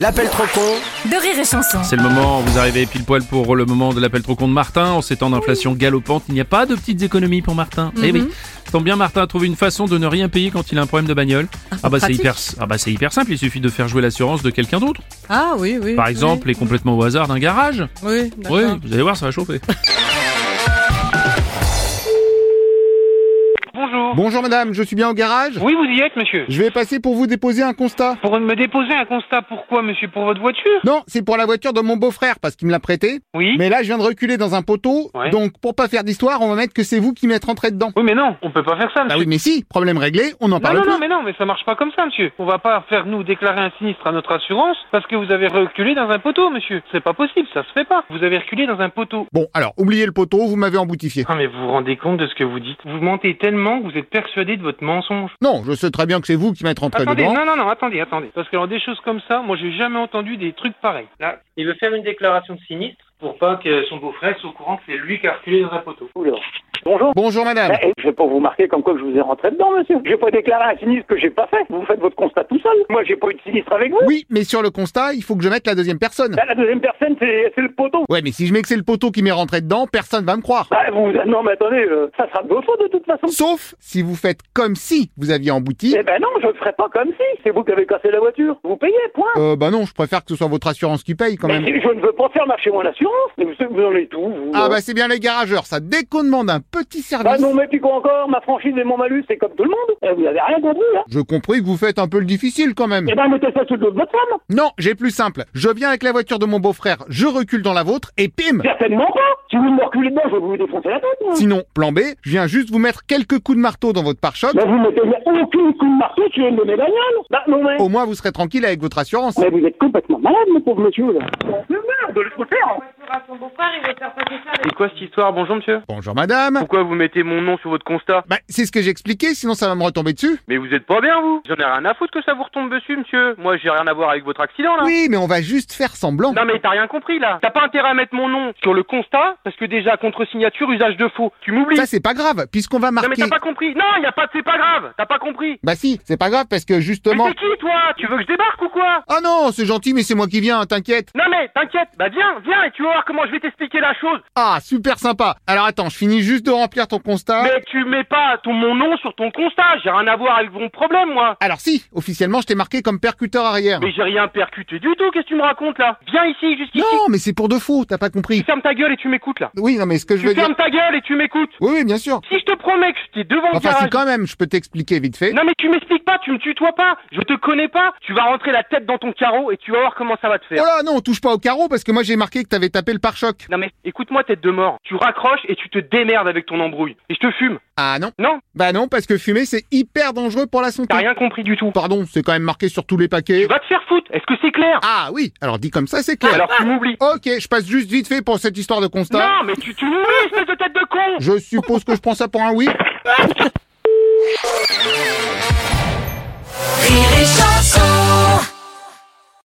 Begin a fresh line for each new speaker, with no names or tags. L'appel trop con
de rire et chanson.
C'est le moment, vous arrivez pile poil pour le moment de l'appel trop con de Martin. En ces temps d'inflation galopante, il n'y a pas de petites économies pour Martin. Eh oui. Tant bien Martin a trouvé une façon de ne rien payer quand il a un problème de bagnole. Ah, bah
pratique.
c'est hyper ah bah c'est hyper simple, il suffit de faire jouer l'assurance de quelqu'un d'autre.
Ah oui, oui.
Par exemple, et complètement au hasard d'un garage.
Oui,
Oui,
d'accord.
vous allez voir, ça va chauffer.
Bonjour.
Bonjour madame, je suis bien au garage
Oui, vous y êtes, monsieur.
Je vais passer pour vous déposer un constat.
Pour me déposer un constat, pourquoi, monsieur Pour votre voiture
Non, c'est pour la voiture de mon beau-frère parce qu'il me l'a prêtée.
Oui.
Mais là, je viens de reculer dans un poteau.
Ouais.
Donc, pour pas faire d'histoire, on va mettre que c'est vous qui m'êtes rentré dedans.
Oui, mais non, on peut pas faire ça,
Bah
monsieur.
oui, mais si, problème réglé, on en
Ah Non,
parle
non,
plus.
non, mais non, mais ça marche pas comme ça, monsieur. On va pas faire nous déclarer un sinistre à notre assurance parce que vous avez reculé dans un poteau, monsieur. C'est pas possible, ça se fait pas. Vous avez reculé dans un poteau.
Bon, alors, oubliez le poteau, vous m'avez emboutifié.
Ah, mais vous vous rendez compte de ce que vous dites Vous mentez tellement que vous êtes persuadé de votre mensonge.
Non, je sais très bien que c'est vous qui m'êtes rentré
Attendez,
dedans.
non, non, non, attendez, attendez. Parce que dans des choses comme ça, moi, j'ai jamais entendu des trucs pareils. Là, il veut faire une déclaration de sinistre pour pas que son beau-frère soit au courant que c'est lui qui a reculé dans un poteau.
Oula. Bonjour.
Bonjour
Bah,
madame.
Eh, eh, je vais pas vous marquer comme quoi que je vous ai rentré dedans, monsieur. J'ai pas déclaré un sinistre que j'ai pas fait. Vous faites votre constat tout seul. Moi, j'ai pas eu de sinistre avec vous.
Oui, mais sur le constat, il faut que je mette la deuxième personne.
Bah.
Là, la deuxième personne, c'est c'est le poteau.
Ouais, mais si je mets que c'est le poteau qui m'est rentré dedans, personne va me croire.
Bah, vous, non, mais attendez, euh, ça sera de votre faute de toute façon.
Sauf si vous faites comme si vous aviez embouti.
Eh ben non, je ne ferai pas comme si. C'est vous qui avez cassé la voiture. Vous payez, point.
Euh, bah non, je préfère que ce soit votre assurance qui paye quand
Mais
même.
si- je ne veux pas faire marcher mon assurance. Mais Vous, vous en êtes tout. Vous,
Ah
hein.
bah c'est bien les garageurs, ça. Dès qu'on demande un petit
Bah
service,
non, mais puis quoi encore Ma franchise et mon malus, c'est comme tout le monde. Eh, vous avez rien compris, là.
je compris que vous faites un peu le difficile quand même.
Eh ben, mettez ça sous le dos de votre femme.
Non, j'ai plus simple. Je viens avec la voiture de mon beau-frère, je recule dans la vôtre et pim
Certainement pas. Si vous me reculez dedans, je vais vous défoncer la tête. moi.
Sinon, plan B, je viens juste vous mettre quelques coups de marteau dans votre pare-choc.
Mais vous mettez aucun coup de marteau sur une de mes bagnoles Bah non mais...
Au moins, vous serez tranquille avec votre assurance.
Mais vous êtes complètement malade, mon pauvre monsieur, là merde, laisse faire
C'est quoi cette histoire Bonjour monsieur.
Bonjour madame.
Pourquoi vous mettez mon nom sur votre constat
Bah, c'est ce que j'expliquais, sinon ça va me retomber dessus.
Mais vous êtes pas bien vous J'en ai rien à foutre que ça vous retombe dessus monsieur. Moi j'ai rien à voir avec votre accident là.
Oui, mais on va juste faire semblant.
Ah. Non mais t'as rien compris là. T'as pas intérêt à mettre mon nom sur le constat parce que déjà contre signature usage de faux. Tu m'oublies.
Ça, c'est pas grave, puisqu'on va
Non mais
marquer...
t'as pas compris. Non y a pas de c'est pas grave. T'as pas compris.
Bah si, c'est pas grave, parce que
Mais
justement...
t'es qui toi Tu veux que je débarque ou quoi
Ah non, c'est gentil, mais c'est moi qui viens, hein, t'inquiète.
Non mais t'inquiète. Bah viens viens et tu vas voir comment je vais t'expliquer la chose.
Ah, super sympa. Alors attends, je finis juste de remplir ton constat.
Mais tu mets pas ton mon nom sur ton constat. J'ai rien à voir avec mon problème moi.
Alors si, officiellement, je t'ai marqué comme percuteur arrière.
Mais j'ai rien percuté du tout. Qu'est-ce que tu me racontes là Viens ici jusqu'ici.
Non, mais c'est pour de faux, t'as pas
Tu
compris.
fermes ta gueule et tu m'écoutes là.
Oui, non, mais ce que je
Tu
veux dire...
fermes ta gueule et tu m'écoutes.
Oui, oui, bien sûr.
Si je te promets que j'étais devant le
Enfin,
garage.
si quand même, je peux t'expliquer vite fait.
Non mais tu m'expliques pas, tu me tutoies pas, je te connais pas, tu vas rentrer la tête dans ton carreau et tu vas voir comment ça va te
Oh
faire.
là, non, touche pas au carreau parce que moi j'ai marqué que t'avais tapé le pare-choc.
Non mais écoute-moi tête de mort, tu raccroches et tu te démerdes avec ton embrouille. Et je te fume.
Ah non
Non,
Bah non, parce que fumer c'est hyper dangereux pour la santé.
t'as rien compris du tout.
Pardon, c'est quand même marqué sur tous les
Tu
paquets.
vas te faire foutre, est-ce que c'est clair
Ah oui, alors dit comme ça c'est clair.
Alors tu m'oublies.
Ok, je passe juste vite fait pour cette histoire de constat.
Non mais tu, tu m'oublies espèce de tête de con
Je suppose que je prends ça pour un oui.
Rire et chanson.